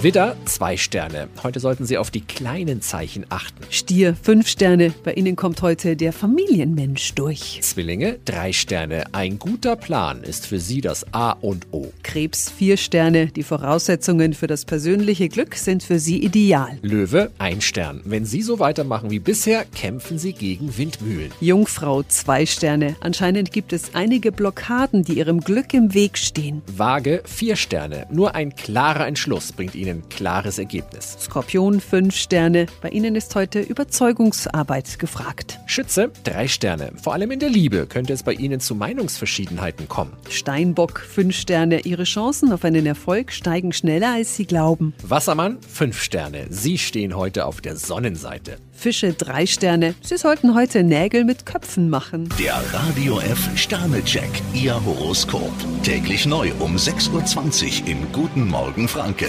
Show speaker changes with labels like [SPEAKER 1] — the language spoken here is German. [SPEAKER 1] Widder, zwei Sterne. Heute sollten Sie auf die kleinen Zeichen achten.
[SPEAKER 2] Stier, fünf Sterne. Bei Ihnen kommt heute der Familienmensch durch.
[SPEAKER 1] Zwillinge, drei Sterne. Ein guter Plan ist für Sie das A und O.
[SPEAKER 2] Krebs, vier Sterne. Die Voraussetzungen für das persönliche Glück sind für Sie ideal.
[SPEAKER 1] Löwe, ein Stern. Wenn Sie so weitermachen wie bisher, kämpfen Sie gegen Windmühlen.
[SPEAKER 2] Jungfrau, zwei Sterne. Anscheinend gibt es einige Blockaden, die Ihrem Glück im Weg stehen.
[SPEAKER 1] Waage, vier Sterne. Nur ein klarer Entschluss bringt Ihnen klares Ergebnis.
[SPEAKER 2] Skorpion, fünf Sterne. Bei Ihnen ist heute Überzeugungsarbeit gefragt.
[SPEAKER 1] Schütze, drei Sterne. Vor allem in der Liebe könnte es bei Ihnen zu Meinungsverschiedenheiten kommen.
[SPEAKER 2] Steinbock, fünf Sterne. Ihre Chancen auf einen Erfolg steigen schneller, als Sie glauben.
[SPEAKER 1] Wassermann, fünf Sterne. Sie stehen heute auf der Sonnenseite.
[SPEAKER 2] Fische, drei Sterne. Sie sollten heute Nägel mit Köpfen machen.
[SPEAKER 3] Der Radio F Sternecheck, Ihr Horoskop. Täglich neu um 6.20 Uhr im Guten Morgen Franken.